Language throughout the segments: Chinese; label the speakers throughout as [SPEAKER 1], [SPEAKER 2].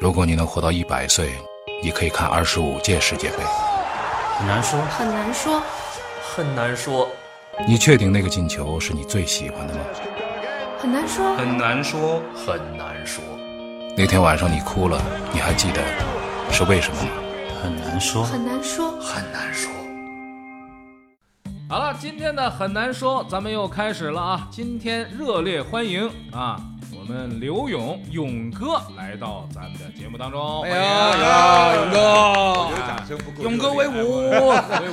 [SPEAKER 1] 如果你能活到一百岁，你可以看二十五届世界杯。
[SPEAKER 2] 很难说，
[SPEAKER 3] 很难说，
[SPEAKER 2] 很难说，
[SPEAKER 1] 你确定那个进球是你最喜欢的吗？
[SPEAKER 3] 很难说，
[SPEAKER 2] 很难说，很难说，
[SPEAKER 1] 那天晚上你哭了，你还记得是为什么吗？
[SPEAKER 4] 很难说，
[SPEAKER 3] 很难说。
[SPEAKER 2] 很难说。
[SPEAKER 5] 好了，今天的很难说，咱们又开始了啊！今天热烈欢迎啊，我们刘勇勇哥来到咱们的节目当中。
[SPEAKER 6] 哎
[SPEAKER 5] 欢迎
[SPEAKER 6] 呀，勇
[SPEAKER 5] 哎
[SPEAKER 6] 哥，勇哥啊威武！
[SPEAKER 5] 威武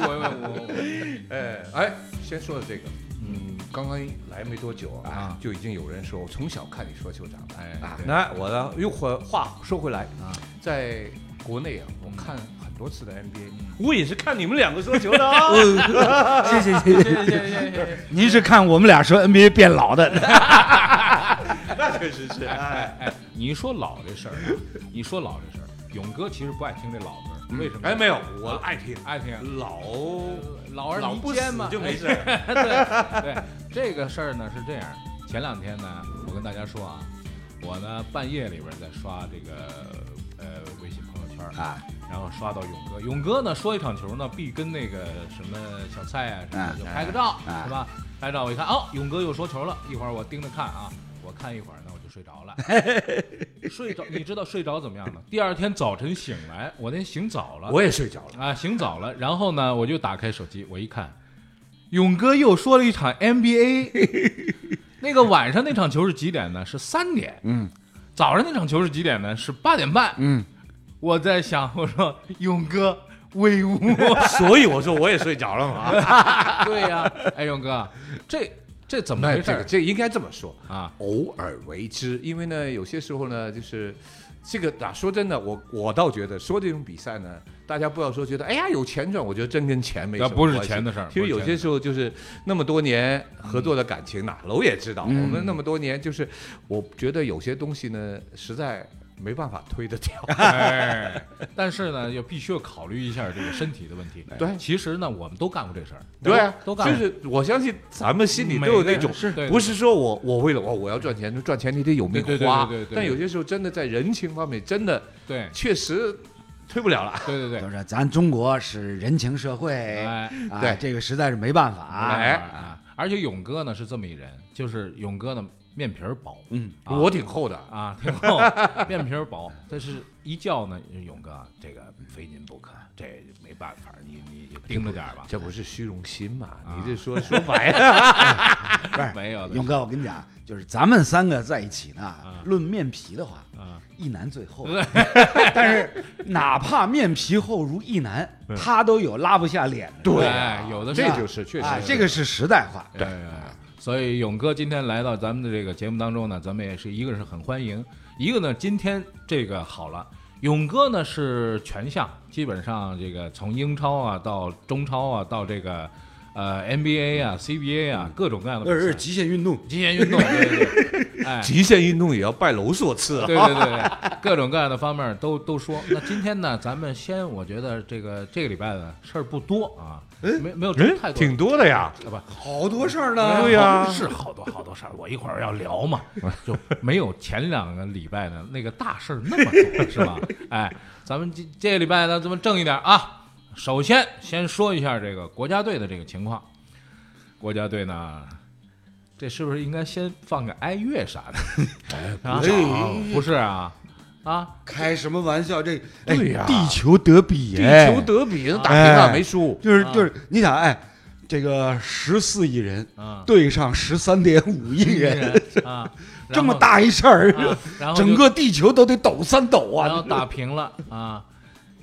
[SPEAKER 5] 威武！
[SPEAKER 6] 哎哎，先说的这个，嗯，刚刚来没多久啊
[SPEAKER 5] 啊，
[SPEAKER 6] 就已经有人说我从小看你说球长大。
[SPEAKER 5] 哎
[SPEAKER 6] 啊
[SPEAKER 5] 对，
[SPEAKER 6] 那我呢，又回话说回来
[SPEAKER 5] 啊，
[SPEAKER 6] 在国内啊，我看很多次的 NBA，
[SPEAKER 5] 嗯
[SPEAKER 6] 我也是看你们两个说球的 啊。
[SPEAKER 4] 谢谢谢
[SPEAKER 5] 谢谢谢谢谢谢。
[SPEAKER 4] 您是看我们俩说 NBA 变老的，
[SPEAKER 6] 那确实是，哎
[SPEAKER 5] 哎，你一说老这事儿啊，你说老这事儿，勇哥其实不爱听这老字儿，为什么？
[SPEAKER 6] 哎，没有，我爱听
[SPEAKER 5] 爱听
[SPEAKER 6] 老
[SPEAKER 5] 老而
[SPEAKER 6] 老
[SPEAKER 5] 弥
[SPEAKER 6] 不
[SPEAKER 5] 坚
[SPEAKER 6] 死
[SPEAKER 5] 嘛，
[SPEAKER 6] 就没事。
[SPEAKER 5] 对对，这个事儿呢是这样，前两天呢，我跟大家说啊，我呢半夜里边在刷这个呃微信朋友圈儿
[SPEAKER 4] 啊，
[SPEAKER 5] 然后刷到勇哥，勇哥呢说一场球呢必跟那个什么小蔡啊什么
[SPEAKER 4] 嗯
[SPEAKER 5] 的就拍个照、
[SPEAKER 4] 嗯
[SPEAKER 5] 是吧？拍照我一看哦，勇哥又说球了，一会儿我盯着看啊，我看一会儿呢我就睡着 了。睡着，你知道睡着怎么样吗？第二天早晨醒来，我那天醒早了，
[SPEAKER 6] 我也睡着了，
[SPEAKER 5] 啊，醒早了，然后呢，我就打开手机，我一看，勇哥又说了一场 NBA，那个晚上那场球是几点呢？是三点。
[SPEAKER 4] 嗯，
[SPEAKER 5] 早上那场球是几点呢？是八点半。
[SPEAKER 4] 嗯，
[SPEAKER 5] 我在想，我说勇哥威武。啊
[SPEAKER 6] 所以我说我也睡着了嘛。
[SPEAKER 5] 对呀、哎，勇哥，这这怎么
[SPEAKER 6] 那
[SPEAKER 5] 回事
[SPEAKER 6] 哎这个
[SPEAKER 5] 儿
[SPEAKER 6] 这应该这么说，
[SPEAKER 5] 啊？
[SPEAKER 6] 偶尔为之，因为呢，有些时候呢，就是这个啊，说真的，我我倒觉得说这种比赛呢，大家不要说觉得哎呀有钱赚，我觉得真跟钱没什
[SPEAKER 5] 那
[SPEAKER 6] 么
[SPEAKER 5] 不是
[SPEAKER 6] 关系
[SPEAKER 5] 钱的事儿嗯
[SPEAKER 6] 其
[SPEAKER 5] 不是
[SPEAKER 6] 实有
[SPEAKER 5] 钱
[SPEAKER 6] 些
[SPEAKER 5] 的
[SPEAKER 6] 时候就是那么多年合作的感情，哪楼也知道，
[SPEAKER 4] 嗯
[SPEAKER 6] 我们那么多年就是，我觉得有些东西呢，实在没办法推得掉。
[SPEAKER 5] 哎，但是呢，也必须要考虑一下这个身体的问题。
[SPEAKER 6] 对
[SPEAKER 5] 其实呢，我们都干过这事儿，
[SPEAKER 6] 对啊，
[SPEAKER 5] 都干
[SPEAKER 6] 就
[SPEAKER 5] 过。
[SPEAKER 6] 是我相信咱们心里
[SPEAKER 5] 每
[SPEAKER 6] 都有
[SPEAKER 5] 个
[SPEAKER 6] 那
[SPEAKER 5] 人
[SPEAKER 6] 种，
[SPEAKER 5] 是对
[SPEAKER 6] 不是说我我为了哦我我要赚钱，赚钱你得有命
[SPEAKER 5] 对对对
[SPEAKER 6] 花
[SPEAKER 5] 对对对。对
[SPEAKER 6] 但有些时候真的在人情方面，真的
[SPEAKER 5] 对
[SPEAKER 6] 确实推不了了。
[SPEAKER 5] 对对对
[SPEAKER 4] 就，是咱中国是人情社会，
[SPEAKER 5] 哎。
[SPEAKER 4] 啊
[SPEAKER 6] 对
[SPEAKER 4] 这个实在是没办 法。
[SPEAKER 6] 哎
[SPEAKER 5] 啊，而且勇哥呢是这么一人，就是勇哥呢面皮儿薄
[SPEAKER 4] 嗯，
[SPEAKER 5] 啊
[SPEAKER 6] 我挺厚的，
[SPEAKER 5] 啊， 挺厚，面皮儿薄，但是一叫呢，勇哥这个非您不可，这没办法，你你你盯着点儿吧，
[SPEAKER 6] 这不是虚荣心嘛？
[SPEAKER 5] 啊
[SPEAKER 6] 你这说说 白了，
[SPEAKER 4] 不是
[SPEAKER 5] 没有的
[SPEAKER 4] 勇哥，我跟你讲，就是咱们三个在一起呢，论面皮的话，
[SPEAKER 5] 啊，
[SPEAKER 4] 一男最厚， 但是哪怕面皮厚如一男，他都有拉不下脸的。
[SPEAKER 6] 对啊
[SPEAKER 5] 哎有的是哎
[SPEAKER 6] 这就是确实
[SPEAKER 4] 啊，
[SPEAKER 6] 是
[SPEAKER 4] 这个是实在话。
[SPEAKER 5] 对。所以勇哥今天来到咱们的这个节目当中呢，咱们也是一个是很欢迎，一个呢今天这个好了，勇哥呢是全项，基本上这个从英超啊到中超啊到这个呃 NBA 啊 CBA 啊各种各样的比赛，
[SPEAKER 4] 极限运动，
[SPEAKER 5] 极限运动，对对对，哎，
[SPEAKER 6] 极限运动也要拜楼所赐啊。
[SPEAKER 5] 对对对对，各种各样的方面都都说。那今天呢，咱们先，我觉得这个这个礼拜呢事儿不多啊，没没有太多，
[SPEAKER 6] 嗯挺多的呀，
[SPEAKER 5] 啊不。
[SPEAKER 4] 好多事儿
[SPEAKER 6] 对
[SPEAKER 4] 呢。
[SPEAKER 6] 呀
[SPEAKER 5] 是好多好多事儿，我一会儿要聊嘛， 就没有前两个礼拜呢那个大事儿那么多，是 吧？哎，咱们这这个礼拜呢，咱们正一点啊。首先，先说一下这个国家队的这个情况。国家队呢，这是不是应该先放个哀乐啥 的？啊
[SPEAKER 4] 不是啊，
[SPEAKER 5] 不是啊， 啊，
[SPEAKER 4] 开什么玩笑？这哎
[SPEAKER 6] 对呀
[SPEAKER 4] 地球德比，
[SPEAKER 6] 地
[SPEAKER 4] 哎
[SPEAKER 6] 球德比打平了
[SPEAKER 4] 哎
[SPEAKER 6] 没输，
[SPEAKER 4] 就是
[SPEAKER 5] 啊
[SPEAKER 4] 就是，你想哎，这个十四亿人
[SPEAKER 5] 啊，
[SPEAKER 4] 对上十三点五亿 人，
[SPEAKER 5] 啊，
[SPEAKER 4] 这么
[SPEAKER 5] 然后
[SPEAKER 4] 大一事儿，
[SPEAKER 5] 啊然后就
[SPEAKER 4] 整个地球都得抖三抖
[SPEAKER 5] 然后
[SPEAKER 4] 啊！
[SPEAKER 5] 打平了啊，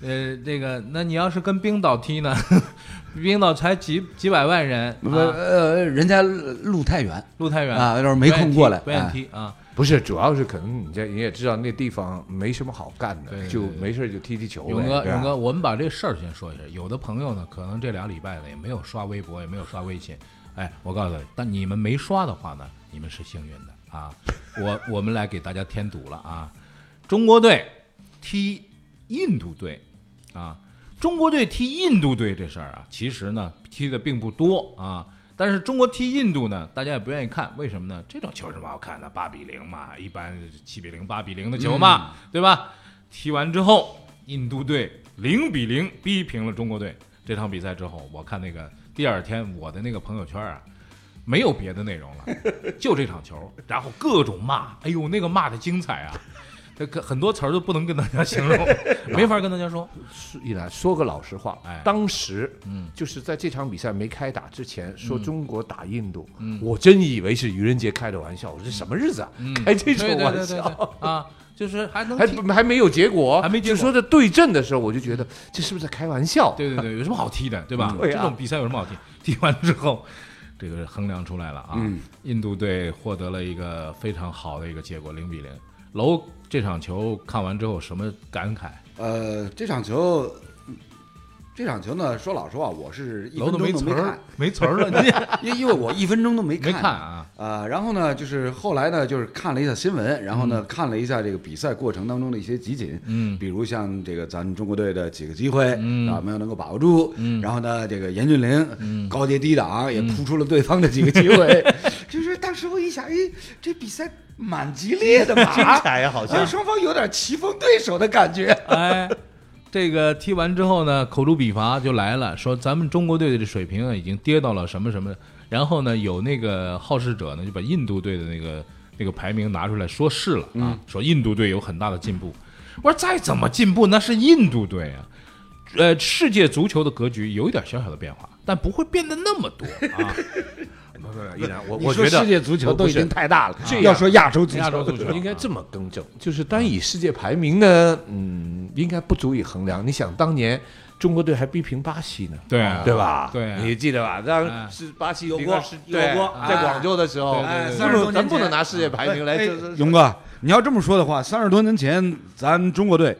[SPEAKER 5] 呃，这个，那你要是跟冰岛踢呢， 冰岛才几几百万人，
[SPEAKER 4] 不
[SPEAKER 5] 啊、
[SPEAKER 4] 呃，人家路太远
[SPEAKER 5] 路太远
[SPEAKER 4] 啊，就是没空过来。
[SPEAKER 5] 不愿意
[SPEAKER 4] 哎
[SPEAKER 5] 踢不愿意踢啊。
[SPEAKER 6] 不是，主要是可能你这你也知道那地方没什么好干
[SPEAKER 5] 对
[SPEAKER 6] 的，
[SPEAKER 5] 对
[SPEAKER 6] 就
[SPEAKER 5] 对
[SPEAKER 6] 没事就踢踢球呗。
[SPEAKER 5] 勇哥，
[SPEAKER 6] 对吧
[SPEAKER 5] 勇哥，我们把这事儿先说一下。有的朋友呢，可能这俩礼拜呢也没有刷微博，也没有刷微信。哎，我告诉你，但你们没刷的话呢，你们是幸运的啊。我我们来给大家添堵了啊！中国队踢印度队啊，中国队踢印度队这事儿啊，其实呢踢的并不多啊。但是中国踢印度呢，大家也不愿意看，为什么
[SPEAKER 6] 嗯
[SPEAKER 5] 呢？这种球有什么好看的？八比零嘛，一般七比零、八比零的球嘛，对吧？踢完之后，印度队零比零逼平了中国队。这场比赛之后，我看那个第二天我的那个朋友圈啊，没有别的内容 了，就这场球，然后各种骂，哎呦，那个骂的精彩 啊！这个很多词儿都不能跟大家形容，没法跟大家说。嗯
[SPEAKER 6] 是一来说个老实话，
[SPEAKER 5] 哎
[SPEAKER 6] 当时
[SPEAKER 5] 嗯
[SPEAKER 6] 就是在这场比赛没开打之前，说中国打印度，我真以为是愚人节开的玩笑，我说这什么日子啊，
[SPEAKER 5] 嗯，
[SPEAKER 6] 开这种
[SPEAKER 5] 对对
[SPEAKER 6] 玩
[SPEAKER 5] 对对
[SPEAKER 6] 笑。
[SPEAKER 5] 对啊，就是还能
[SPEAKER 6] 还
[SPEAKER 5] 踢
[SPEAKER 6] 不还没有结果，
[SPEAKER 5] 还没结果嗯
[SPEAKER 6] 就说的对阵的时候，我就觉得这是不是在开玩笑？
[SPEAKER 5] 对对 对，有什么好踢的，对吧？
[SPEAKER 6] 对啊
[SPEAKER 5] 这种比赛有什么好踢？ 踢完之后，这个衡量出来了啊，
[SPEAKER 7] 嗯
[SPEAKER 5] 印度队获得了一个非常好的一个结果，零比零。楼这场球看完之后什么感慨？
[SPEAKER 7] 呃，这场球，这场球呢，说老实话，我是一
[SPEAKER 5] 楼
[SPEAKER 7] 分
[SPEAKER 5] 都
[SPEAKER 7] 钟都
[SPEAKER 5] 词
[SPEAKER 7] 没
[SPEAKER 5] 儿
[SPEAKER 7] 看，，
[SPEAKER 5] 没词 儿了，你
[SPEAKER 7] 因因为我一分钟都没
[SPEAKER 5] 没
[SPEAKER 7] 看。
[SPEAKER 5] 看啊？
[SPEAKER 7] 呃，然后呢，就是后来呢，就是看了一下新闻，然后呢，看了一下这个比赛过程当中的一些集锦，
[SPEAKER 5] 嗯
[SPEAKER 7] 比如像这个咱们中国队的几个机会，
[SPEAKER 5] 嗯
[SPEAKER 7] 啊，没有能够把握住，
[SPEAKER 5] 嗯
[SPEAKER 7] 然后呢，这个严俊凌，
[SPEAKER 5] 嗯
[SPEAKER 7] 高接低挡也扑出了对方的几个机会，就是当时我一想，哎，这比赛蛮激烈的嘛，精彩好像双方有点棋逢对手的感觉，
[SPEAKER 5] 哎，这个踢完之后呢，口诛笔伐就来了，说咱们中国队的水平啊已经跌到了什么什么。然后呢，有那个好事者呢就把印度队的那个那个排名拿出来说事了啊，
[SPEAKER 6] 嗯
[SPEAKER 5] 说印度队有很大的进步。我说再怎么进步，那是印度队啊。呃，世界足球的格局有一点小小的变化，但不会变得那么多啊。
[SPEAKER 6] 没有没有，依然我
[SPEAKER 7] 你
[SPEAKER 6] 我
[SPEAKER 7] 说
[SPEAKER 6] 觉得
[SPEAKER 7] 世界足球
[SPEAKER 6] 我
[SPEAKER 7] 都
[SPEAKER 6] 不
[SPEAKER 7] 已
[SPEAKER 6] 是
[SPEAKER 7] 经太大了，
[SPEAKER 6] 这样
[SPEAKER 7] 要说亚洲足球，
[SPEAKER 5] 亚洲足球
[SPEAKER 6] 应该这么更正，就是单以世界排名呢，嗯，应该不足以衡量。你想当年中国队还逼平巴西呢，
[SPEAKER 5] 对啊
[SPEAKER 6] 对吧？
[SPEAKER 5] 对啊
[SPEAKER 6] 你记得吧？
[SPEAKER 5] 哎
[SPEAKER 6] 当是巴西有
[SPEAKER 7] 有过
[SPEAKER 6] 对
[SPEAKER 7] 有过，
[SPEAKER 6] 在
[SPEAKER 7] 哎
[SPEAKER 6] 广州的时候，
[SPEAKER 5] 啊对对对
[SPEAKER 6] 咱
[SPEAKER 7] 对对
[SPEAKER 6] 不咱不能拿世界排
[SPEAKER 5] 啊
[SPEAKER 6] 名来
[SPEAKER 4] 哎
[SPEAKER 6] 这这
[SPEAKER 4] 勇哥，你要这么说的话，三十多年前咱中国队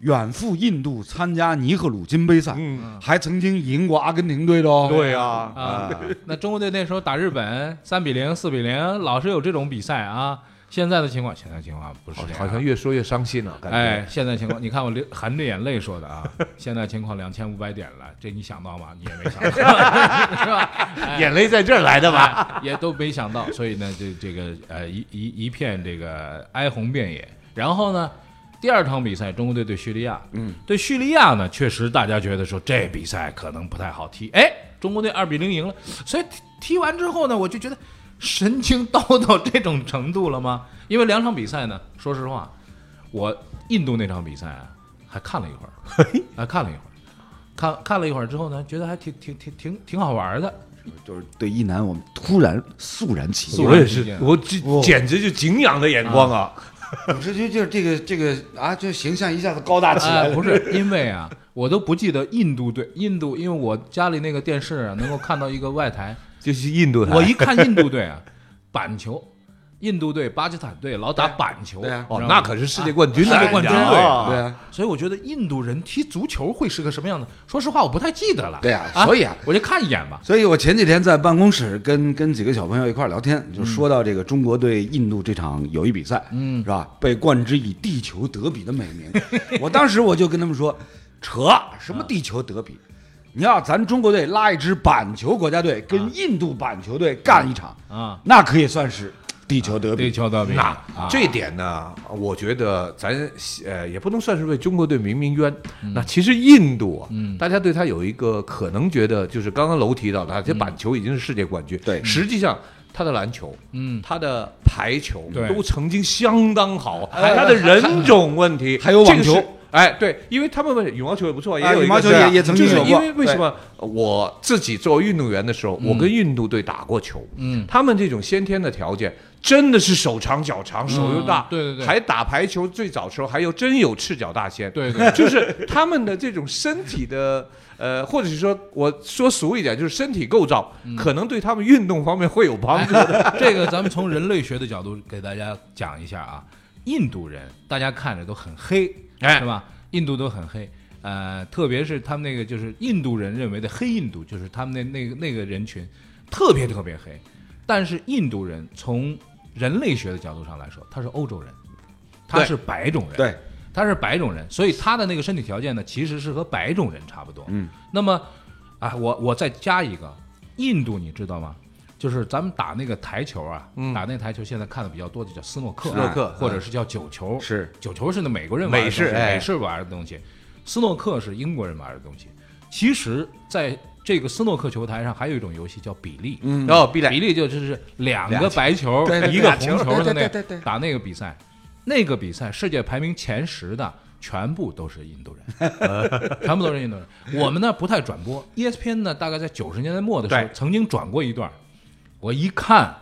[SPEAKER 4] 远赴印度参加尼赫鲁金杯赛，
[SPEAKER 6] 嗯
[SPEAKER 4] 还曾经赢过阿根廷队的哦。
[SPEAKER 6] 对啊
[SPEAKER 5] 啊
[SPEAKER 6] 啊，
[SPEAKER 5] 那中国队那时候打日本三比零、四比零，老是有这种比赛啊。现在的情况，现在情况不是
[SPEAKER 6] 好
[SPEAKER 5] 这样
[SPEAKER 6] 好像越说越伤心啊了，感觉。
[SPEAKER 5] 哎，现在情况，你看我流含着眼泪说的 啊，现在情况两千五百点了，这你想到吗？你也没想 到，是吧？
[SPEAKER 6] 眼泪在这儿来的吧？
[SPEAKER 5] 哎也都没想到，所以呢，这这个呃一一一片这个哀鸿遍野。然后呢，第二场比赛中国队对叙利亚，嗯，对叙利亚呢，确实大家觉得说这比赛可能不太好踢，哎，中国队二比零赢了，所以踢踢完之后呢，我就觉得神经叨到这种程度了吗？因为两场比赛呢，说实话，我印度那场比赛啊，还看了一会儿，还看了一会儿。看看了一会儿之后呢，觉得还挺挺挺挺挺好玩的，
[SPEAKER 7] 就是对一男我们突然肃然起敬。
[SPEAKER 5] 肃
[SPEAKER 6] 我也
[SPEAKER 5] 然起
[SPEAKER 6] 是
[SPEAKER 5] 敬，
[SPEAKER 6] 我这简直就敬仰的眼光啊！
[SPEAKER 7] 我是觉得就是这个这个啊，这形象一下子高大起来
[SPEAKER 5] 哎
[SPEAKER 7] 了。
[SPEAKER 5] 不是因为啊，我都不记得印度队，印度，因为我家里那个电视啊，能够看到一个外 台，哎
[SPEAKER 6] 就是印度
[SPEAKER 5] 我一看印度队啊，板球，印度队、巴基斯坦队老打板球，
[SPEAKER 7] 对啊
[SPEAKER 5] 你
[SPEAKER 6] 哦
[SPEAKER 5] 知，道吗
[SPEAKER 6] 那可是世界冠军
[SPEAKER 5] 世
[SPEAKER 6] 呢，
[SPEAKER 5] 界冠军
[SPEAKER 6] 人家
[SPEAKER 5] 队
[SPEAKER 6] 啊
[SPEAKER 7] 对啊，
[SPEAKER 5] 所以我觉得印度人踢足球会是个什么样的？说实话，我不太记得了。
[SPEAKER 7] 对啊所以啊
[SPEAKER 5] 我就看一眼吧。
[SPEAKER 7] 所以我前几天在办公室跟跟几个小朋友一块儿聊天，
[SPEAKER 6] 嗯
[SPEAKER 7] 就说到这个中国对印度这场友谊比赛，
[SPEAKER 5] 嗯
[SPEAKER 7] 是吧？被冠之以地球德比的美 名，我当时我就跟他们说，扯
[SPEAKER 6] 啊
[SPEAKER 7] 什么地球德比？你要咱中国队拉一支板球国家队
[SPEAKER 6] 啊
[SPEAKER 7] 跟印度板球队干一场，
[SPEAKER 5] 啊，
[SPEAKER 7] 那可以算是地球德
[SPEAKER 5] 对，
[SPEAKER 7] 比。
[SPEAKER 5] 乔德比
[SPEAKER 6] 那
[SPEAKER 5] 啊
[SPEAKER 6] 这一点呢，我觉得咱呃也不能算是为中国队鸣鸣冤。
[SPEAKER 5] 嗯
[SPEAKER 6] 那其实印度啊，大家对他有一个可能觉得，就是刚刚楼提到的，他这板球已经是世界冠军，
[SPEAKER 7] 对
[SPEAKER 6] 实际上。他的篮球，
[SPEAKER 5] 嗯
[SPEAKER 6] 他的排球
[SPEAKER 5] 对哎
[SPEAKER 6] 都曾经相当好，哎他的人种问题，
[SPEAKER 7] 还有网
[SPEAKER 6] 这个是
[SPEAKER 7] 球，
[SPEAKER 6] 哎，对，因为他们问羽毛球也不错，也
[SPEAKER 7] 啊
[SPEAKER 6] 有一
[SPEAKER 7] 羽毛
[SPEAKER 6] 个
[SPEAKER 7] 球
[SPEAKER 6] 对啊
[SPEAKER 7] 也也曾经
[SPEAKER 6] 就是
[SPEAKER 7] 有过
[SPEAKER 6] 因为为什么我自己作为运动员的时候，我跟印度队打过球，
[SPEAKER 5] 嗯
[SPEAKER 6] 他们这种先天的条件真的是手长脚长，手又大，
[SPEAKER 5] 嗯对对对
[SPEAKER 6] 还打排球最早时候还有真有赤脚大仙，
[SPEAKER 5] 对对
[SPEAKER 6] 就是他们的这种身体的。 呃，或者是说，我说俗一点，就是身体构造、
[SPEAKER 5] 嗯
[SPEAKER 6] 可能对他们运动方面会有帮助 的。
[SPEAKER 5] 这个咱们从人类学的角度给大家讲一下啊，印度人大家看着都很黑，
[SPEAKER 6] 哎
[SPEAKER 5] 是吧？印度都很黑，呃，特别是他们那个就是印度人认为的黑印度，就是他们那那个那个人群特别特别黑，但是印度人从人类学的角度上来说，他是欧洲人，他
[SPEAKER 6] 对
[SPEAKER 5] 是白种人，
[SPEAKER 7] 对，
[SPEAKER 5] 他是白种人，所以他的那个身体条件呢，其实是和白种人差不多。嗯，那么啊，我我再加一个，印度，你知道吗？就是咱们打那个台球啊，
[SPEAKER 6] 嗯
[SPEAKER 5] 打那台球现在看的比较多的叫斯诺克，
[SPEAKER 6] 斯诺克嗯
[SPEAKER 5] 哎或者是叫九球，
[SPEAKER 6] 是
[SPEAKER 5] 九球是那美国人玩的
[SPEAKER 6] 美式
[SPEAKER 5] 东西
[SPEAKER 6] 哎
[SPEAKER 5] 美式玩的东西，斯诺克是英国人玩的东西。其实，在这个斯诺克球台上还有一种游戏叫比利，
[SPEAKER 6] 哦然后比
[SPEAKER 5] 比
[SPEAKER 6] 利
[SPEAKER 5] 利就就是两
[SPEAKER 6] 俩
[SPEAKER 5] 个白球
[SPEAKER 7] 对对对
[SPEAKER 5] 一个
[SPEAKER 7] 俩
[SPEAKER 5] 红
[SPEAKER 7] 球
[SPEAKER 5] 球的那
[SPEAKER 7] 对对对对对
[SPEAKER 5] 打那个比赛，那个比赛世界排名前十的全部都是印度 人，全部都是印度人。我们呢不太转播，ESPN ，E 呢大概在九十年代末的时候
[SPEAKER 6] 对
[SPEAKER 5] 曾经转过一段，我一看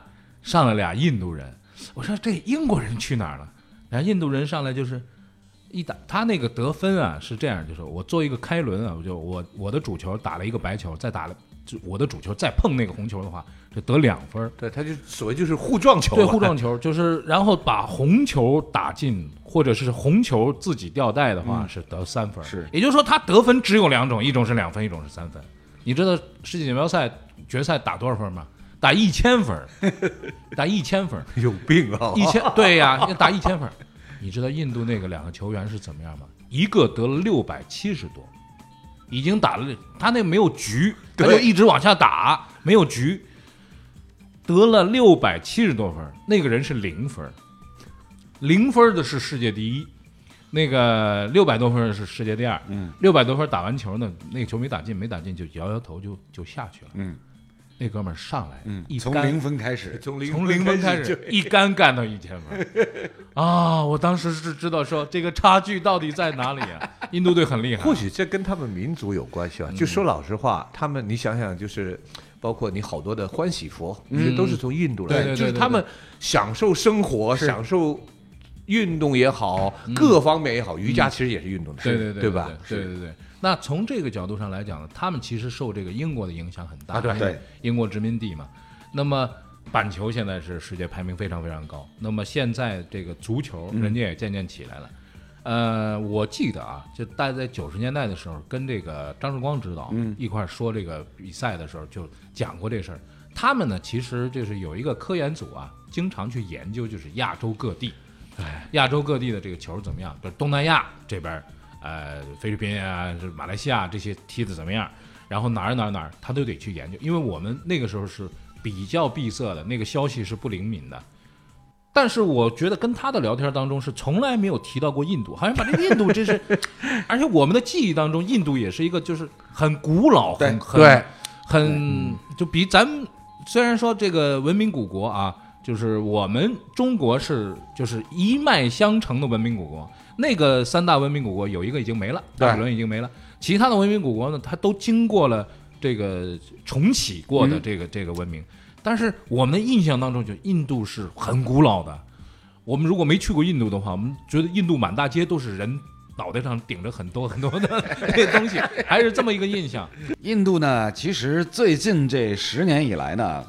[SPEAKER 5] 上来俩印度人，我说这英国人去哪儿了？然后印度人上来就是。一打他那个得分啊是这样，就是我做一个开轮啊，我就我我的主球打了一个白球，再打了就我的主球再碰那个红球的话，就得两分儿。
[SPEAKER 6] 对，他就所谓就是互撞球，
[SPEAKER 5] 对互撞，球，就是然后把红球打进，或者是红球自己吊带的
[SPEAKER 6] 嗯
[SPEAKER 5] 话，是得三分。
[SPEAKER 7] 是，
[SPEAKER 5] 也就是说他得分只有两种，一种是两分，一种是三分。你知道世界锦标赛决赛打多少分吗？打一千 分儿，打一千分儿，
[SPEAKER 6] 有病啊！
[SPEAKER 5] 一千对呀、要打一千分儿。你知道印度那个两个球员是怎么样吗？一个得了六百七十多，已经打了，他那没有局，他就
[SPEAKER 6] 对
[SPEAKER 5] 一直往下打，没有局，得了六百七十多分儿，那个人是零分儿，零分儿的是世界第一，那个六百多分儿是世界第二，嗯，六百多分儿打完球呢，那个球没打进，没打进就摇摇头就就下去了，嗯，那哥们儿上来，嗯，一
[SPEAKER 7] 从
[SPEAKER 5] 杆
[SPEAKER 7] 零分开始，
[SPEAKER 6] 从零
[SPEAKER 5] 从零分开始一杆干到一千分，啊！我当时是知道说这个差距到底在哪里啊？印度队很厉害，
[SPEAKER 6] 或许这跟他们民族有关系啊。就说老实话，他们你想想，就是包括你好多的欢喜佛，其实都是从印度来
[SPEAKER 5] 对对
[SPEAKER 6] 的，
[SPEAKER 5] 对
[SPEAKER 6] 就是
[SPEAKER 5] 对
[SPEAKER 6] 他们享受生活，享受运动也好，
[SPEAKER 5] 嗯
[SPEAKER 6] 各方面也好，瑜伽其实也是运动的，
[SPEAKER 5] 对
[SPEAKER 6] 嗯对
[SPEAKER 5] 对
[SPEAKER 6] 对
[SPEAKER 5] 对
[SPEAKER 6] 吧？
[SPEAKER 5] 对对对对。那从这个角度上来讲呢，他们其实受这个英国的影响很大，
[SPEAKER 6] 啊对
[SPEAKER 5] 因为英国殖民地嘛。那么板球现在是世界排名非常非常高，那么现在这个足球
[SPEAKER 6] 嗯
[SPEAKER 5] 人家也渐渐起来了。呃，我记得啊，就大概在九十年代的时候，跟这个张志光指导
[SPEAKER 6] 嗯
[SPEAKER 5] 一块儿说这个比赛的时候，就讲过这事儿。他们呢，其实就是有一个科研组啊，经常去研究就是亚洲各地，
[SPEAKER 6] 哎
[SPEAKER 5] 亚洲各地的这个球怎么样？比如东南亚这边儿，呃，菲律宾啊、是马来西亚这些踢的怎么样？然后哪儿哪儿哪儿，他都得去研究，因为我们那个时候是比较闭塞的，那个消息是不灵敏的。但是我觉得跟他的聊天当中是从来没有提到过印度，好像把这个印度真是， 而且我们的记忆当中，印度也是一个就是很古老、很很
[SPEAKER 6] 对嗯
[SPEAKER 5] 很就比咱们虽然说这个文明古国啊，就是我们中国是就是一脉相承的文明古国，那个三大文明古国有一个已经没了，
[SPEAKER 6] 对
[SPEAKER 5] 巴比伦已经没了，其他的文明古国呢，它都经过了这个重启过的这个、这个文明，但是我们的印象当中，就印度是很古老的。我们如果没去过印度的话，我们觉得印度满大街都是人脑袋上顶着很多很多的 那东西，还是这么一个印象。
[SPEAKER 7] 印度呢，其实最近这十年以来呢，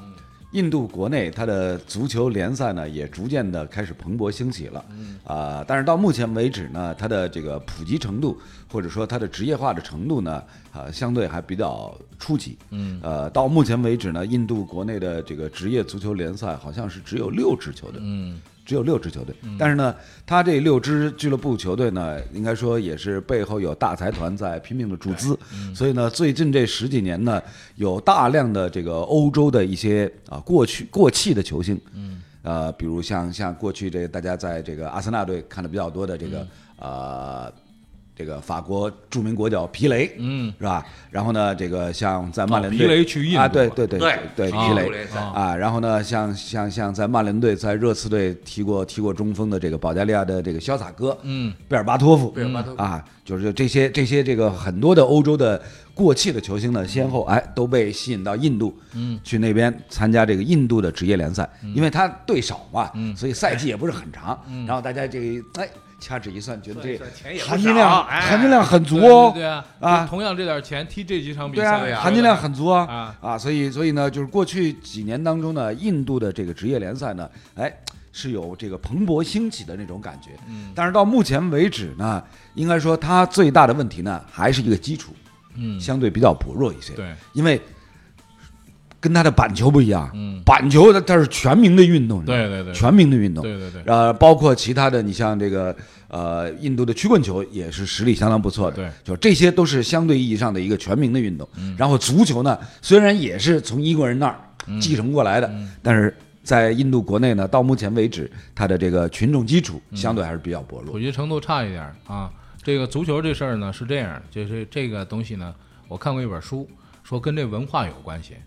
[SPEAKER 7] 印度国内它的足球联赛呢也逐渐的开始蓬勃兴起了，啊、但是到目前为止呢，它的这个普及程度或者说它的职业化的程度呢，啊、相对还比较初级，嗯，呃，到目前为止呢，印度国内的这个职业足球联赛好像是只有六支球队，
[SPEAKER 5] 嗯，
[SPEAKER 7] 只有六支球队，但是呢，他这六支俱乐部球队呢，应该说也是背后有大财团在拼命的注资，
[SPEAKER 5] 嗯
[SPEAKER 7] 所以呢，最近这十几年呢，有大量的这个欧洲的一些啊过去过气的球星，嗯，呃，比如像像过去这个大家在这个阿森纳队看的比较多的这个、
[SPEAKER 5] 嗯
[SPEAKER 7] 呃这个法国著名国脚皮雷，嗯，是吧？然后呢，这个像在曼联队、
[SPEAKER 5] 哦皮雷去印度
[SPEAKER 7] 啊，对对对
[SPEAKER 2] 对
[SPEAKER 7] 对，
[SPEAKER 2] 去
[SPEAKER 7] 皮
[SPEAKER 2] 印度
[SPEAKER 7] 雷
[SPEAKER 2] 联赛
[SPEAKER 7] 啊，然后呢，像像像在曼联队、在热刺队踢过踢过中锋的这个保加利亚的这个潇洒哥，嗯，贝尔巴托夫，贝尔巴托夫啊，就是这些这些这个很多的欧洲的过气的球星呢，先后哎都被吸引到印度，嗯，去那边参加这个印度的职业联赛，因为他队少嘛，所以赛季也不是很长，然后大家这个哎掐指一算，觉得这含金量含金量很足哦，
[SPEAKER 5] 对啊，
[SPEAKER 7] 啊
[SPEAKER 5] 就同样这点钱踢这几场比
[SPEAKER 7] 对
[SPEAKER 5] 赛，
[SPEAKER 7] 啊，含金量很足啊
[SPEAKER 5] 啊
[SPEAKER 7] 所以所以呢，就是过去几年当中呢，印度的这个职业联赛呢，哎，是有这个蓬勃兴起的那种感觉。嗯，但是到目前为止呢，应该说它最大的问题呢，还是一个基础，
[SPEAKER 5] 嗯，
[SPEAKER 7] 相对比较薄弱一些。
[SPEAKER 5] 对，啊
[SPEAKER 7] 因为跟它的板球不一样，嗯，板球它它是全民的运动，
[SPEAKER 5] 对对对
[SPEAKER 7] 全民的运动，
[SPEAKER 5] 对对对
[SPEAKER 7] 呃，包括其他的，你像这个呃，印度的曲棍球也是实力相当不错的，
[SPEAKER 5] 对嗯
[SPEAKER 7] 就这些都是相对意义上的一个全民的运动。然后足球呢，虽然也是从英国人那儿
[SPEAKER 5] 嗯
[SPEAKER 7] 继承过来的。但是在印度国内呢，到目前为止，它的这个群众基础相对还是比较薄弱
[SPEAKER 5] 普。及程度差一点儿啊。这个足球这事儿呢是这样，就是这个东西呢，我看过一本书，说跟这文化有关系。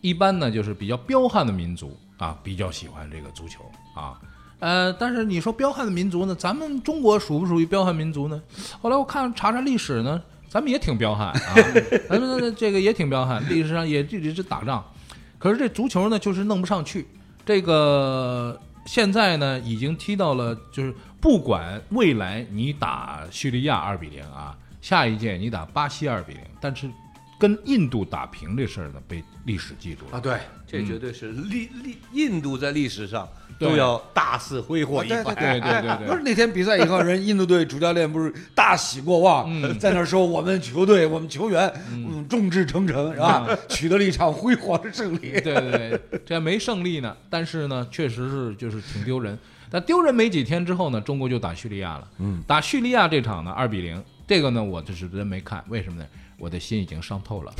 [SPEAKER 5] 一般呢就是比较彪悍的民族啊，比较喜欢这个足球啊。呃，但是你说彪悍的民族呢，咱们中国属不属于彪悍民族呢？后来我看查查历史呢，咱们也挺彪悍啊，咱们这个也挺彪悍，历史上也一直打仗。可是这足球呢，就是弄不上去。这个现在呢，已经踢到了，就是不管未来你打叙利亚二比零啊，下一届你打巴西二比零，但是跟印度打平这事儿呢，被历史记住了。
[SPEAKER 6] 啊，对，这绝对是历历印度在历史上都
[SPEAKER 5] 对
[SPEAKER 6] 要大肆挥霍一番。
[SPEAKER 5] 对对对
[SPEAKER 7] 哎不
[SPEAKER 5] 对
[SPEAKER 7] 是那天比赛以后，人印度队主教练不是大喜过望， 在那说我们球队、我们球员，嗯，众志成城，是吧？ 取得了一场辉煌的胜利。
[SPEAKER 5] 对对对，这还没胜利呢，但是呢，确实是就是挺丢人。但丢人没几天之后呢，中国就打叙利亚了。嗯，打叙利亚这场呢，二比零，这个呢，我这是真没看，为什么呢？我的心已经伤透了，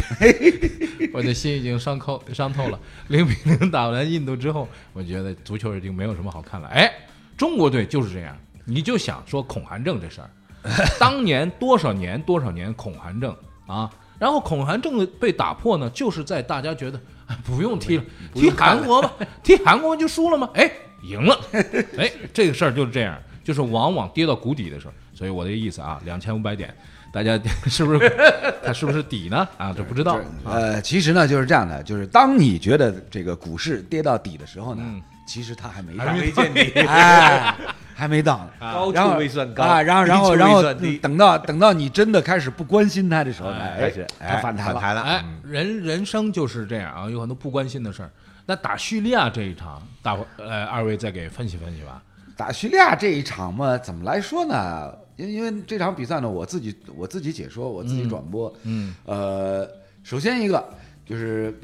[SPEAKER 5] 我的心已经伤透伤透了。零比零打完印度之后，我觉得足球已经没有什么好看了。哎，中国队就是这样，你就想说恐韩症这事儿， 当年多少年多少年恐韩症啊，然后恐韩症的被打破呢，就是在大家觉得、哎 不用踢了，踢韩国吧， 踢韩国就输了吗？哎，赢了， 哎，这个事儿就是这样，就是往往跌到谷底的时候。所以我的意思啊，两千五百点，大家 是不是 它是不是底呢？啊，这不知道。
[SPEAKER 7] 呃，其实呢就是这样的，就是当你觉得这个股市跌到底的时候呢，
[SPEAKER 5] 嗯
[SPEAKER 7] 其实它还没到，
[SPEAKER 6] 还没见底，
[SPEAKER 7] 哎，还没到呢。
[SPEAKER 6] 高
[SPEAKER 7] 然后
[SPEAKER 6] 处未算高
[SPEAKER 7] 啊，然后然后
[SPEAKER 6] 低处
[SPEAKER 7] 然后
[SPEAKER 6] 未算低
[SPEAKER 7] 嗯等到等到你真的开始不关心它的时候呢，哎，它
[SPEAKER 6] 哎
[SPEAKER 7] 反弹了。
[SPEAKER 6] 弹 了，
[SPEAKER 5] 哎，人人生就是这样啊，有很多不关心的事儿。那打叙利亚这一场，大伙呃，二位再给分析分析吧。
[SPEAKER 7] 打叙利亚这一场嘛，怎么来说呢？因因为这场比赛呢，我自己我自己解说，我自己转播。
[SPEAKER 5] 嗯
[SPEAKER 7] 呃，首先一个就是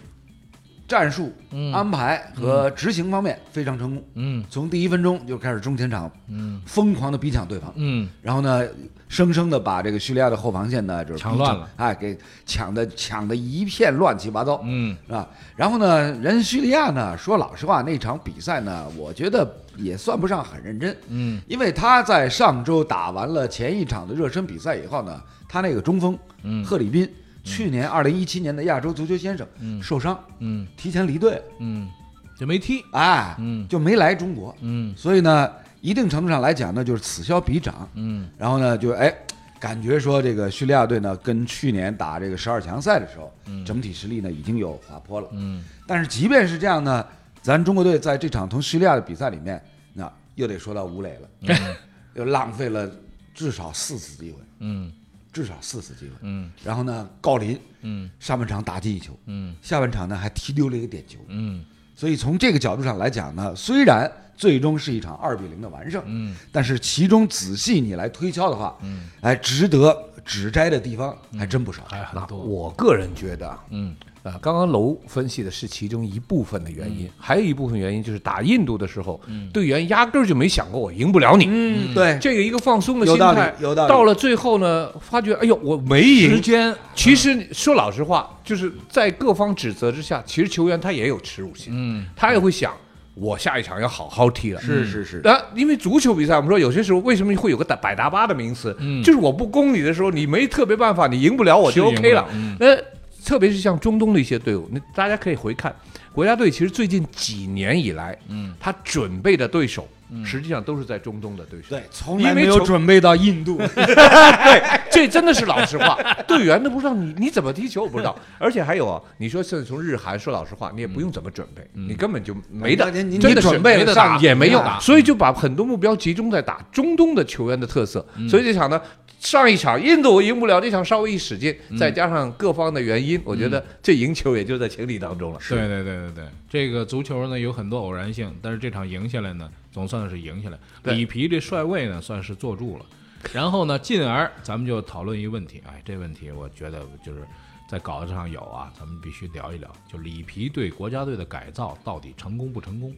[SPEAKER 7] 战术、
[SPEAKER 5] 嗯
[SPEAKER 7] 安排和执行方面非常成功。
[SPEAKER 5] 嗯
[SPEAKER 7] 从第一分钟就开始中前场
[SPEAKER 5] 嗯
[SPEAKER 7] 疯狂的逼抢对方，
[SPEAKER 5] 嗯，
[SPEAKER 7] 然后呢，生生的把这个叙利亚的后防线呢就是逼
[SPEAKER 5] 抢乱了，
[SPEAKER 7] 哎，给抢的抢的一片乱七八糟，
[SPEAKER 5] 嗯
[SPEAKER 7] 啊，然后呢，人叙利亚呢，说老实话，那场比赛呢，我觉得也算不上很认真，
[SPEAKER 5] 嗯，
[SPEAKER 7] 因为他在上周打完了前一场的热身比赛以后呢，他那个中锋，嗯，赫里宾，去年二零一七年的亚洲足球先生，嗯，受伤，
[SPEAKER 5] 嗯
[SPEAKER 7] 提前离队了，
[SPEAKER 5] 嗯，就没踢。
[SPEAKER 7] 哎，
[SPEAKER 5] 嗯
[SPEAKER 7] 就没来中国，
[SPEAKER 5] 嗯
[SPEAKER 7] 所以呢，一定程度上来讲呢，就是此消彼长，
[SPEAKER 5] 嗯
[SPEAKER 7] 然后呢，就哎，感觉说这个叙利亚队呢，跟去年打这个十二强赛的时候，整体实力呢已经有滑坡了。
[SPEAKER 5] 嗯
[SPEAKER 7] 但是即便是这样呢，咱中国队在这场同叙利亚的比赛里面，那又得说到吴磊了， 又浪费了至少四次机会，
[SPEAKER 5] 嗯
[SPEAKER 7] 至少四次机会。
[SPEAKER 5] 嗯
[SPEAKER 7] 然后呢，郜林
[SPEAKER 5] 嗯
[SPEAKER 7] 上半场打进一球，
[SPEAKER 5] 嗯
[SPEAKER 7] 下半场呢还踢丢了一个点球。
[SPEAKER 5] 嗯
[SPEAKER 7] 所以从这个角度上来讲呢，虽然最终是一场二比零的完胜，
[SPEAKER 5] 嗯，
[SPEAKER 7] 但是其中仔细你来推敲的话，嗯，哎，值得指摘的地方还真不少。
[SPEAKER 5] 嗯还很多。
[SPEAKER 6] 我个人觉得，
[SPEAKER 7] 啊
[SPEAKER 5] 嗯，
[SPEAKER 6] 呃，刚刚楼分析的是其中一部分的原因，还有一部分原因就是打印度的时候，队员压根儿就没想过我赢不了你。
[SPEAKER 7] 嗯，对，
[SPEAKER 6] 这个一个放松的心
[SPEAKER 7] 有道
[SPEAKER 6] 态
[SPEAKER 7] 理，有道理
[SPEAKER 6] 到了最后呢，发觉哎呦我没
[SPEAKER 5] 时
[SPEAKER 6] 赢。
[SPEAKER 5] 间，
[SPEAKER 6] 其实说老实话，就是在各方指责之下，其实球员他也有耻辱心，
[SPEAKER 5] 嗯
[SPEAKER 6] 他也会想我下一场要好好踢了。
[SPEAKER 7] 是是是，
[SPEAKER 6] 啊，因为足球比赛，我们说有些时候为什么会有个打百搭八的名词？
[SPEAKER 5] 嗯
[SPEAKER 6] 就是我不攻你的时候，你没特别办法，你赢不了我就是
[SPEAKER 5] 赢不
[SPEAKER 6] OK
[SPEAKER 5] 了
[SPEAKER 6] 了。
[SPEAKER 5] 嗯
[SPEAKER 6] 那、特别是像中东的一些队伍，那大家可以回看国家队，其实最近几年以来，
[SPEAKER 5] 嗯，
[SPEAKER 6] 他准备的对手、实际上都是在中东的对手。
[SPEAKER 7] 对，从
[SPEAKER 6] 因
[SPEAKER 7] 来
[SPEAKER 6] 为
[SPEAKER 7] 没有
[SPEAKER 6] 球
[SPEAKER 7] 准备到印度，
[SPEAKER 6] 这真的是老实话，队员都不知道你你怎么踢球，我不知 道。而且还有啊，你说现在从日韩，说老实话，你也不用怎么准备，你根本就没得，
[SPEAKER 7] 嗯你你
[SPEAKER 6] 真的是
[SPEAKER 7] 准备了
[SPEAKER 6] 没得
[SPEAKER 7] 上
[SPEAKER 6] 打也没
[SPEAKER 7] 没
[SPEAKER 6] 用
[SPEAKER 7] 得打，
[SPEAKER 6] 所以就把很多目标集中在打中东的球员的特色。
[SPEAKER 7] 嗯
[SPEAKER 6] 所以这场呢，上一场印度我赢不了，这场稍微一使劲，
[SPEAKER 7] 嗯
[SPEAKER 6] 再加上各方的原因，我觉得这赢球也就在情理当中了。
[SPEAKER 5] 对对对对对，这个足球呢有很多偶然性，但是这场赢下来呢，总算是赢下来。
[SPEAKER 6] 对
[SPEAKER 5] 里皮这帅位呢算是坐住了，然后呢，进而咱们就讨论一个问题，哎，这问题我觉得就是在稿子上有啊，咱们必须聊一聊，就里皮对国家队的改造到底成功不成功？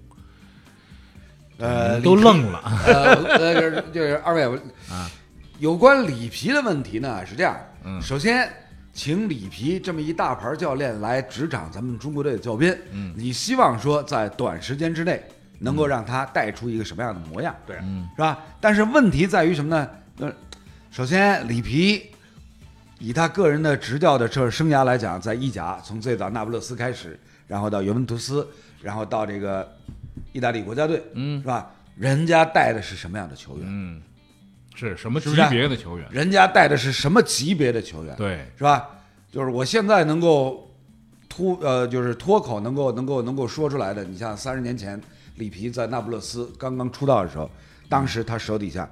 [SPEAKER 7] 呃，
[SPEAKER 5] 都愣了。
[SPEAKER 7] 呃呃，就是就是二位啊，有关里皮的问题呢是这样，首先请里皮这么一大牌教练来执掌咱们中国队的教鞭，嗯，你希望说在短时间之内能够让他带出一个什么样的模样？对、是吧？但是问题在于什么呢？呃，首先里皮以他个人的执教的这生涯来讲，在意甲从最早那不勒斯开始，然后到尤文图斯，然后到这个意大利国家队，嗯，是吧？人家带的是什么样的球员？
[SPEAKER 5] 嗯，是什么级
[SPEAKER 7] 不是啊
[SPEAKER 5] 别的球员？
[SPEAKER 7] 人家带的是什么级别的球员？，
[SPEAKER 5] 对，
[SPEAKER 7] 是吧？就是我现在能够脱呃，就是脱口能够能够能够说出来的，你像三十年前里皮在那不勒斯刚刚出道的时候，当时他手底下，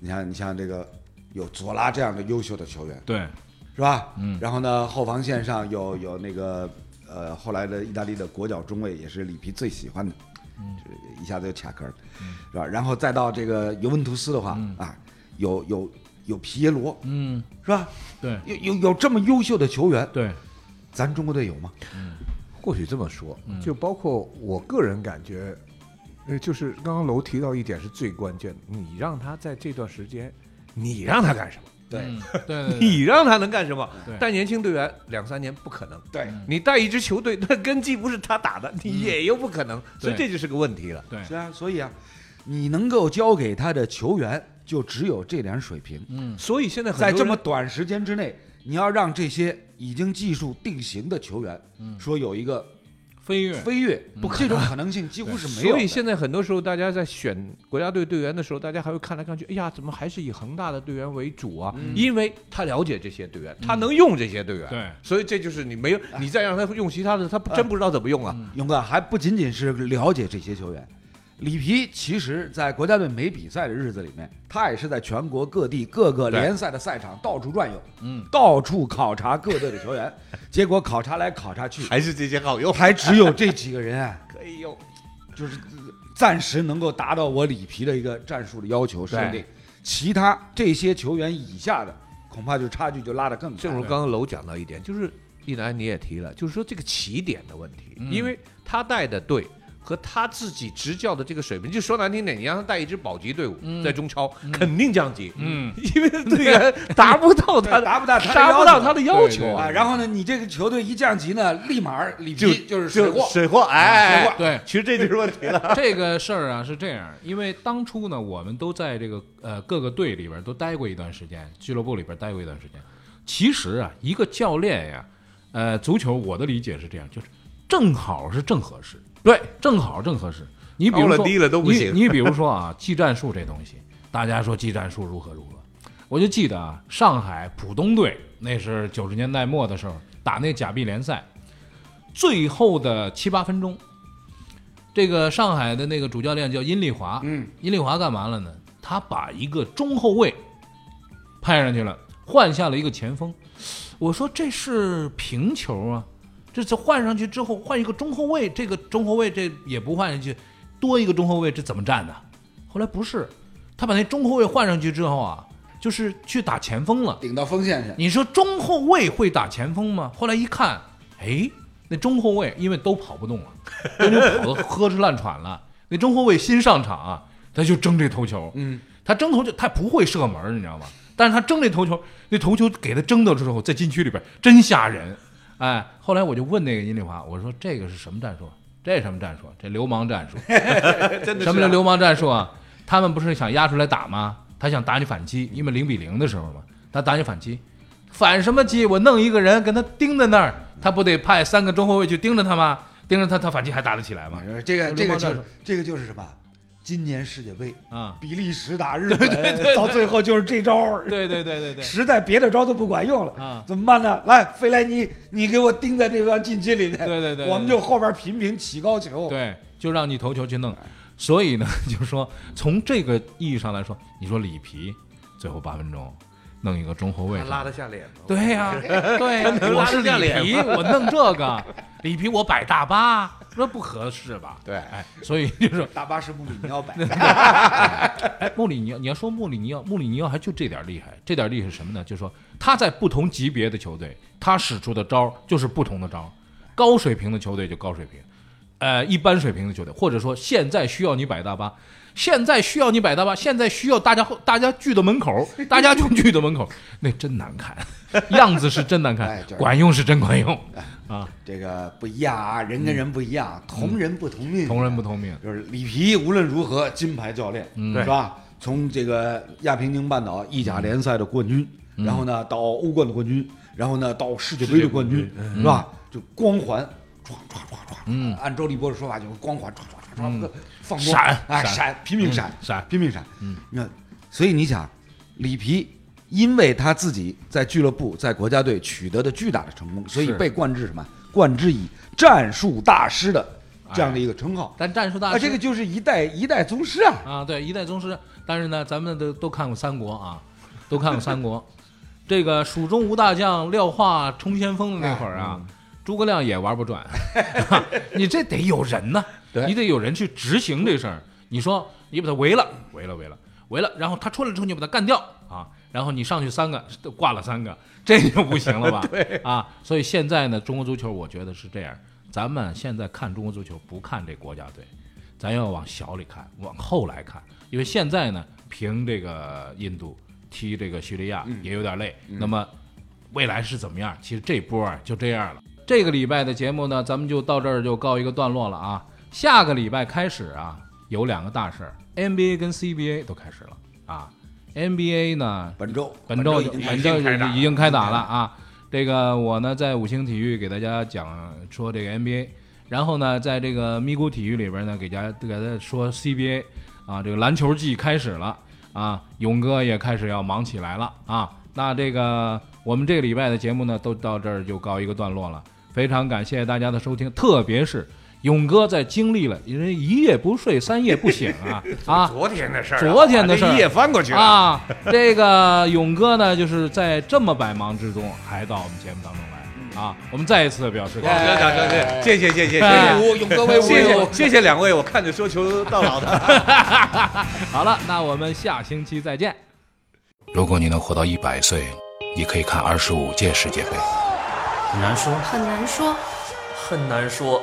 [SPEAKER 7] 你像你像这个有佐拉这样的优秀的球员，
[SPEAKER 5] 对，
[SPEAKER 7] 是吧？嗯。然后呢，后防线上有有那个呃，后来的意大利的国脚中卫也是里皮最喜欢的，就是一下子就卡壳了，是吧？然后再到这个尤文图斯的话、啊，有有有皮耶罗，
[SPEAKER 5] 嗯，
[SPEAKER 7] 是吧？
[SPEAKER 5] 对，
[SPEAKER 7] 有有有这么优秀的球员，
[SPEAKER 5] 对，
[SPEAKER 7] 咱中国队有吗？
[SPEAKER 6] 或许这么说，
[SPEAKER 5] 嗯
[SPEAKER 8] 就包括我个人感觉，呃，就是刚刚楼提到一点是最关键的，你让他在这段时间，你让他干什么？
[SPEAKER 7] 对
[SPEAKER 5] 嗯对 对对，
[SPEAKER 6] 你让他能干什么
[SPEAKER 5] 对？嗯
[SPEAKER 6] 带年轻队员两三年不可能。
[SPEAKER 7] 对
[SPEAKER 6] 你带一支球队，那根基不是他打的，你也有不可能，所以
[SPEAKER 5] 对
[SPEAKER 6] 这就是个问题了。
[SPEAKER 5] 对
[SPEAKER 7] 是啊，所以啊，你能够交给他的球员就只有这点水平，
[SPEAKER 5] 嗯
[SPEAKER 6] 所以现在很多
[SPEAKER 7] 在这么
[SPEAKER 6] 人
[SPEAKER 7] 短时间之内，你要让这些已经技术定型的球员，说有一个
[SPEAKER 5] 飞跃，
[SPEAKER 7] 飞跃，不可能，这种可能性几乎是没有
[SPEAKER 6] 所
[SPEAKER 7] 的。
[SPEAKER 6] 以现在很多时候，大家在选国家队队员的时候，大家还会看来看去，哎呀，怎么还是以恒大的队员为主啊？因为他了解这些队员，他能用这些队员，
[SPEAKER 5] 对
[SPEAKER 6] 所以这就是你没有，你再让他用其他的，他不真不知道怎么用啊。
[SPEAKER 7] 勇哥还不仅仅是了解这些球员，里皮其实在国家队没比赛的日子里面，他也是在全国各地各个联赛的赛场到处转悠，嗯，到处考察各队的球员，结果考察来考察去，
[SPEAKER 6] 还是这些好用，
[SPEAKER 7] 还只有这几个人啊，
[SPEAKER 6] 可以用。
[SPEAKER 7] 就是暂时能够达到我里皮的一个战术的要求设定，其他这些球员以下的恐怕就差距就拉得更大
[SPEAKER 6] 正如。刚刚楼讲到一点，就是一楠你也提了，就是说这个起点的问题，因为他带的队和他自己执教的这个水平，就说难听点，你让他带一支保级队伍在中超，肯定降级，嗯， 因为队员达不到他
[SPEAKER 7] 达不到他的
[SPEAKER 6] 达不
[SPEAKER 7] 要
[SPEAKER 6] 到
[SPEAKER 7] 求
[SPEAKER 6] 他的要求
[SPEAKER 7] 啊，然后呢，你这个球队一降级呢，立马儿里
[SPEAKER 6] 就
[SPEAKER 7] 皮就是水
[SPEAKER 6] 就
[SPEAKER 7] 货，
[SPEAKER 6] 水货，哎，
[SPEAKER 7] 水货
[SPEAKER 5] 对，
[SPEAKER 6] 其实这就是问题 了。
[SPEAKER 5] 这个事儿啊是这样，因为当初呢，我们都在这个呃各个队里边都待过一段时间，俱乐部里边待过一段时间。其实啊，一个教练呀，呃，足球我的理解是这样，就是正好是正合适，对，正好正合适。你比如
[SPEAKER 6] 高了
[SPEAKER 5] 说
[SPEAKER 6] 低了都不行
[SPEAKER 5] 你你比如说啊，技战术这东西，大家说技战术如何如何，我就记得啊，上海浦东队那是九十年代末的时候打那假币联赛，最后的七八分钟，这个上海的那个主教练叫殷丽华，嗯，殷丽华干嘛了呢？他把一个中后卫派上去了，换下了一个前锋。我说这是平球啊，这次换上去之后换一个中后卫，这个中后卫这也不换上去，多一个中后卫这怎么站呢？后来不是，他把那中后卫换上去之后啊，就是去打前锋了。
[SPEAKER 7] 顶到锋线去。
[SPEAKER 5] 你说中后卫会打前锋吗？后来一看，哎，那中后卫因为都跑不动了， 都已经跑得呵哧烂喘了。那中后卫新上场啊，他就争这头球，嗯，他争头球，他不会射门，你知道吗？但是他争这头球，那头球给他争到之后，在禁区里边真吓人，哎。后来我就问那个殷丽华，我说这个是什么战术？这是什么战术？这流氓战术。什么叫流氓战术啊？他们不是想压出来打吗？他想打你反击，因为零比零的时候嘛，他打你反击，反什么击？我弄一个人跟他盯在那儿，他不得派三个中后卫去盯着他吗？盯着他，他反击还打得起来吗？
[SPEAKER 7] 这个
[SPEAKER 5] 流
[SPEAKER 7] 这个
[SPEAKER 5] 氓
[SPEAKER 7] 就
[SPEAKER 5] 战
[SPEAKER 7] 是
[SPEAKER 5] 术
[SPEAKER 7] 这个就是什么？今年世界杯，
[SPEAKER 5] 啊、
[SPEAKER 7] 比利时打日本，到最后就是这招儿。
[SPEAKER 5] 对对对对对，
[SPEAKER 7] 实在别的招都不管用了
[SPEAKER 5] 啊
[SPEAKER 7] 怎么办呢？来，费莱尼，你给我盯在这方禁区里面，
[SPEAKER 5] 对对对
[SPEAKER 7] 我们就后边频频起高球。
[SPEAKER 5] 对，就让你头球去弄。所以呢， 就是说从这个意义上来说，你说里皮最后八分钟弄一个中后卫上，
[SPEAKER 6] 得下脸吗？
[SPEAKER 5] 对 呀、对呀、
[SPEAKER 6] 能
[SPEAKER 5] 我
[SPEAKER 6] 拉
[SPEAKER 5] 是
[SPEAKER 6] 得下
[SPEAKER 5] 里
[SPEAKER 6] 脸
[SPEAKER 5] 皮，我弄这个，里皮我摆大巴，这不合适吧？
[SPEAKER 6] 对
[SPEAKER 5] 哎，所以就是
[SPEAKER 7] 大巴是穆里尼奥摆，
[SPEAKER 5] 哎， 穆里尼奥，你要说穆里尼奥，穆里尼奥还就这点厉害，这点厉害是什么呢？就是说他在不同级别的球队，他使出的招儿就是不同的招儿，高水平的球队就高水平，呃，一般水平的球队，或者说现在需要你摆大巴，现在需要你摆大巴，现在需要大家大家聚到门口，大家就聚到门口，那真难看， 样子是真难
[SPEAKER 7] 哎
[SPEAKER 5] 看
[SPEAKER 7] 就是，
[SPEAKER 5] 管用是真管用，
[SPEAKER 7] 这个不一样啊，人跟人不一样，同人不同命，
[SPEAKER 5] 嗯同人不同命。
[SPEAKER 7] 就是里皮无论如何金牌教练，是吧？从这个亚平宁半岛意甲联赛的冠军，然后呢到欧冠的冠军，然后呢到世界杯的冠军，是吧？就光环，唰唰唰唰，嗯，按周立波的说法就是光环，唰唰唰唰，放光
[SPEAKER 5] 闪
[SPEAKER 7] 哎
[SPEAKER 5] 闪
[SPEAKER 7] 闪，拼命闪
[SPEAKER 5] 嗯闪
[SPEAKER 7] 拼命闪，嗯，你看，所以你想，里皮。因为他自己在俱乐部、在国家队取得的巨大的成功，所以
[SPEAKER 5] 是
[SPEAKER 7] 被冠之什么？冠之以战术大师的这样的一个称号。
[SPEAKER 5] 但战术大
[SPEAKER 7] 啊，
[SPEAKER 5] 师
[SPEAKER 7] 这个就是一代一代宗师啊，
[SPEAKER 5] 啊，对，一代宗师。但是呢，咱们都都看过三国啊，都看过三国。 这个蜀中无大将，廖化冲先锋的那会儿啊，诸葛亮也玩不转。 你这得有人呢，你得有人去执行这事儿。你说你把他围了，围了，围了，围了，然后他出来之后你把他干掉啊，然后你上去三个都挂了三个，这就不行了吧？对啊，所以现在呢，中国足球我觉得是这样，咱们现在看中国足球不看这国家队，咱要往小里看，往后来看，因为现在呢，凭这个印度踢这个叙利亚也有点累，那么未来是怎么样？其实这波啊就这样了。这个礼拜的节目呢，咱们就到这儿就告一个段落了啊。下个礼拜开始啊，有两个大事儿，NBA 跟 CBA 都开始了啊。NBA 呢，
[SPEAKER 7] 本周
[SPEAKER 5] 本周
[SPEAKER 7] 已经
[SPEAKER 5] 本周已经开打了啊。这个我呢在五星体育给大家讲说这个 NBA，然后呢在这个咪咕体育里边呢给大家给大家说 CBA 啊，这个篮球季开始了啊，勇哥也开始要忙起来了啊。那这个我们这个礼拜的节目呢都到这儿就告一个段落了，非常感谢大家的收听，特别是。勇哥在经历了因为一夜不睡三夜不醒 啊啊，
[SPEAKER 8] 昨天的事儿啊，
[SPEAKER 5] 昨天的事
[SPEAKER 8] 把
[SPEAKER 5] 儿
[SPEAKER 8] 这一夜翻过去了。
[SPEAKER 5] 啊。这个勇哥呢，就是在这么百忙之中，还到我们节目当中来啊。我们再一次表示感
[SPEAKER 6] 掌
[SPEAKER 5] 谢。
[SPEAKER 6] 声掌声，谢谢谢谢谢
[SPEAKER 5] 哎
[SPEAKER 6] 谢，
[SPEAKER 7] 勇哥威武，
[SPEAKER 6] 谢谢谢谢两位，我看着说球到老的。
[SPEAKER 5] 好了，那我们下星期再见。
[SPEAKER 1] 如果你能活到一百岁，你可以看二十五届世界杯。
[SPEAKER 2] 很难说，
[SPEAKER 3] 很难说，
[SPEAKER 2] 很难说，